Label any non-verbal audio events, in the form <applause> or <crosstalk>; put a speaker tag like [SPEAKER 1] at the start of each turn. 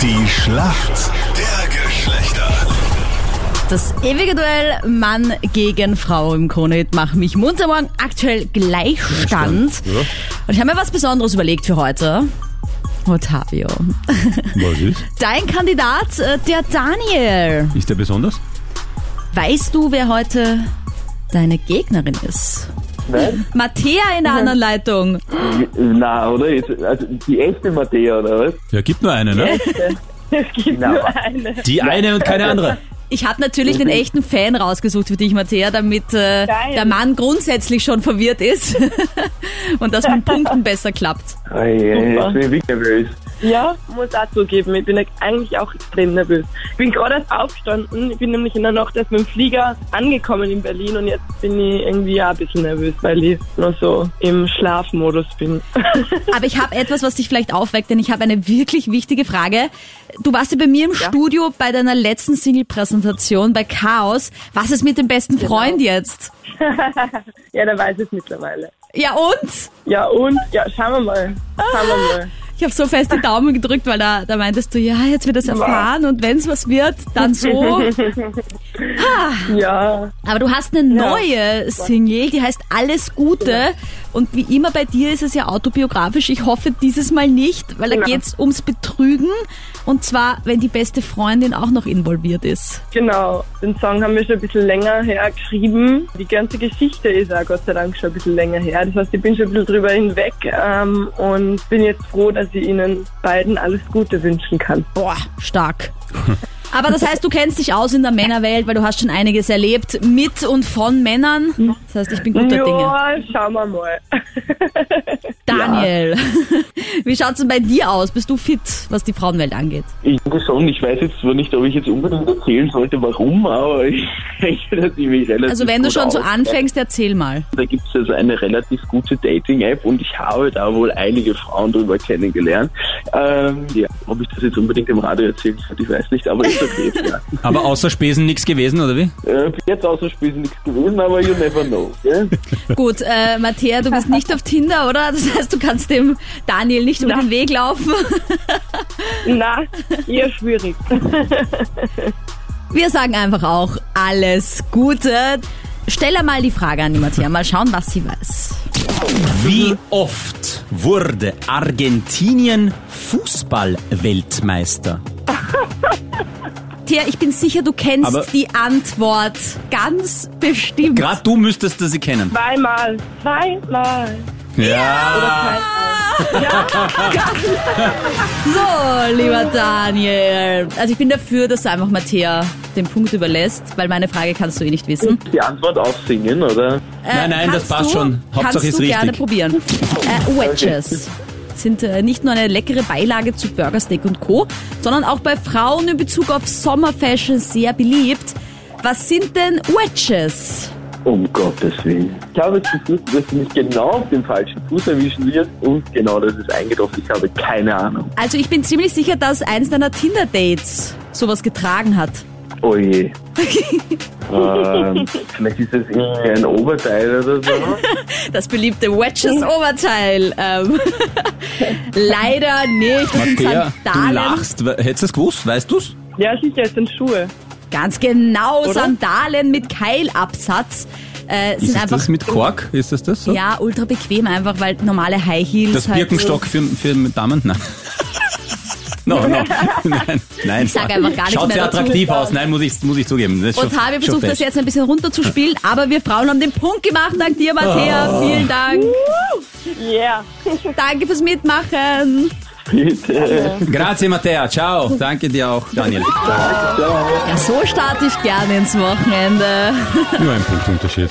[SPEAKER 1] Die Schlacht der Geschlechter.
[SPEAKER 2] Das ewige Duell Mann gegen Frau im Kronit mach mich munter morgen. Aktuell Gleichstand.
[SPEAKER 3] Ja.
[SPEAKER 2] Und ich habe mir was Besonderes überlegt für heute. Otavio.
[SPEAKER 3] Was ist?
[SPEAKER 2] Dein Kandidat, äh, der Daniel.
[SPEAKER 3] Ist der besonders?
[SPEAKER 2] Weißt du, wer heute deine Gegnerin ist?
[SPEAKER 4] Nein?
[SPEAKER 2] Mattea in der anderen Leitung.
[SPEAKER 4] Ne? Na, oder? Jetzt, also die echte Mattea, oder was?
[SPEAKER 3] Ja, gibt nur eine, ne?
[SPEAKER 4] Genau.
[SPEAKER 3] Die eine und keine andere.
[SPEAKER 2] Ich habe natürlich den echten Fan rausgesucht für dich, Mattea, damit äh,
[SPEAKER 5] Geil.
[SPEAKER 2] der Mann grundsätzlich schon verwirrt ist <laughs> und das mit Punkten besser klappt.
[SPEAKER 4] Oh, je, jetzt
[SPEAKER 5] Super.
[SPEAKER 4] bin ich wirklich nervös.
[SPEAKER 5] Ja, muss auch zugeben, ich bin halt eigentlich auch extrem nervös. Ich bin gerade erst aufgestanden, ich bin nämlich in der Nacht erst mit dem Flieger angekommen in Berlin und jetzt bin ich irgendwie auch ein bisschen nervös, weil ich noch so im Schlafmodus bin. <laughs>
[SPEAKER 2] Aber ich habe etwas, was dich vielleicht aufweckt, denn ich habe eine wirklich wichtige Frage. Du warst ja bei mir im Studio bei deiner letzten Single-Präsentation bei Chaos. Was ist mit dem besten Freund jetzt?
[SPEAKER 5] ja, da weiß ich es mittlerweile.
[SPEAKER 2] Ja und?
[SPEAKER 5] Ja und? Ja, schauen wir mal. Schauen wir mal.
[SPEAKER 2] Ich habe so fest die Daumen gedrückt, weil da, da meintest du, ja, jetzt wird das erfahren und wenn es was wird, dann so.
[SPEAKER 5] Ja,
[SPEAKER 2] Aber du hast eine neue Single, die heißt Alles Gute. Und wie immer bei dir ist es ja autobiografisch. Ich hoffe dieses Mal nicht, weil da
[SPEAKER 5] Genau.
[SPEAKER 2] geht's ums Betrügen. Und zwar, wenn die beste Freundin auch noch involviert ist.
[SPEAKER 5] genau. Den Song haben wir schon ein bisschen länger her geschrieben. Die ganze Geschichte ist auch Gott sei Dank schon ein bisschen länger her. Das heißt, ich bin schon ein bisschen drüber hinweg ähm, und bin jetzt froh, dass ich Ihnen beiden alles Gute wünschen kann.
[SPEAKER 2] Boah, stark. Aber das heißt, du kennst dich aus in der Männerwelt, weil du hast schon einiges erlebt mit und von Männern. Das heißt, ich bin guter Dinge.
[SPEAKER 5] Ja, schauen wir mal. <laughs>
[SPEAKER 2] Daniel, <laughs> wie schaut's denn bei dir aus? Bist du fit, was die Frauenwelt angeht?
[SPEAKER 4] Ich muss sagen, ich weiß jetzt zwar nicht, ob ich jetzt unbedingt erzählen sollte, warum, aber <laughs> ich denke, dass ich mich relativ
[SPEAKER 2] Also wenn du
[SPEAKER 4] gut
[SPEAKER 2] schon so
[SPEAKER 4] auskenne.
[SPEAKER 2] anfängst, erzähl mal.
[SPEAKER 4] Da gibt es also eine relativ gute Dating-App und ich habe da wohl einige Frauen drüber kennengelernt. Ähm, ja, ob ich das jetzt unbedingt im Radio erzählen sollte, ich weiß nicht, aber
[SPEAKER 2] <laughs>
[SPEAKER 4] ist okay. ja.
[SPEAKER 3] Aber außer Spesen nichts gewesen, oder wie?
[SPEAKER 4] äh, bis jetzt außer Spesen nichts gewesen, aber you never know. Gell?
[SPEAKER 2] Gut, äh, Matthäa, du bist nicht auf Tinder, oder? Das heißt, du kannst dem Daniel nicht über
[SPEAKER 5] Nein.
[SPEAKER 2] den Weg laufen.
[SPEAKER 5] Na, eher schwierig.
[SPEAKER 2] Wir sagen einfach auch alles Gute. Stell einmal die Frage an die Matthäa, mal schauen, was sie weiß.
[SPEAKER 6] Wie oft wurde Argentinien Fußballweltmeister?
[SPEAKER 2] Thea, ich bin sicher, du kennst
[SPEAKER 6] Aber-
[SPEAKER 2] die Antwort ganz bestimmt.
[SPEAKER 6] Gerade du müsstest das sie kennen.
[SPEAKER 5] Zweimal, zweimal.
[SPEAKER 6] Ja!
[SPEAKER 2] So, lieber Daniel. Also ich bin dafür, dass du einfach Matthäa den Punkt überlässt, weil meine Frage kannst du eh nicht wissen.
[SPEAKER 4] Die Antwort aufsingen, oder?
[SPEAKER 2] Äh,
[SPEAKER 6] Nein, nein, das
[SPEAKER 2] kannst
[SPEAKER 6] passt
[SPEAKER 2] du,
[SPEAKER 6] schon. Hauptsache
[SPEAKER 2] kannst
[SPEAKER 6] ist
[SPEAKER 2] du gerne
[SPEAKER 6] richtig.
[SPEAKER 2] probieren. Äh, Wedges sind äh, nicht nur eine leckere Beilage zu Burgersteak und Co., sondern auch bei Frauen in Bezug auf Sommerfashion sehr beliebt. Was sind denn Wedges?
[SPEAKER 4] Um Gottes Willen. Ich habe jetzt gewusst, dass du mich genau auf dem falschen Fuß erwischen wirst und genau das ist eingetroffen. Ich habe keine Ahnung.
[SPEAKER 2] Also ich bin ziemlich sicher, dass eins deiner Tinder-Dates sowas getragen hat.
[SPEAKER 4] Oh je. <laughs> ähm, vielleicht ist das irgendwie ein Oberteil oder <laughs> so.
[SPEAKER 2] Das beliebte Wedges-Oberteil. Ähm, <laughs> leider nicht. Das sind
[SPEAKER 3] Matthäa, du
[SPEAKER 2] Sandalen.
[SPEAKER 3] lachst. We- Hättest du es gewusst? Weißt du's?
[SPEAKER 5] Ja, sicher, es sind Schuhe.
[SPEAKER 2] Ganz genau, Sandalen mit Keilabsatz. Äh, sind
[SPEAKER 3] Ist es
[SPEAKER 2] einfach
[SPEAKER 3] das mit Kork? Ist das das so?
[SPEAKER 2] Ja, ultra bequem einfach, weil normale High Heels
[SPEAKER 3] Das
[SPEAKER 2] halt
[SPEAKER 3] Birkenstock für, für Damen? Nein. No, no. Nein, nein.
[SPEAKER 2] sag einfach gar nichts
[SPEAKER 3] Schaut
[SPEAKER 2] mehr
[SPEAKER 3] sehr
[SPEAKER 2] dazu.
[SPEAKER 3] attraktiv aus. Nein, muss ich, muss ich zugeben. Das ist
[SPEAKER 2] So. Und
[SPEAKER 3] schon-
[SPEAKER 2] Harvey
[SPEAKER 3] schon
[SPEAKER 2] versucht das
[SPEAKER 3] fesch.
[SPEAKER 2] jetzt ein bisschen runterzuspielen, aber wir Frauen haben den Punkt gemacht. Dank dir,
[SPEAKER 3] Ah.
[SPEAKER 2] Matthäa. Vielen Dank.
[SPEAKER 5] Yeah.
[SPEAKER 2] Danke fürs Mitmachen.
[SPEAKER 4] Bitte.
[SPEAKER 3] Grazie, Mattea. Ciao. Danke dir auch, Daniel.
[SPEAKER 2] Ja, so starte ich gerne ins Wochenende.
[SPEAKER 3] Nur ein Punktunterschied.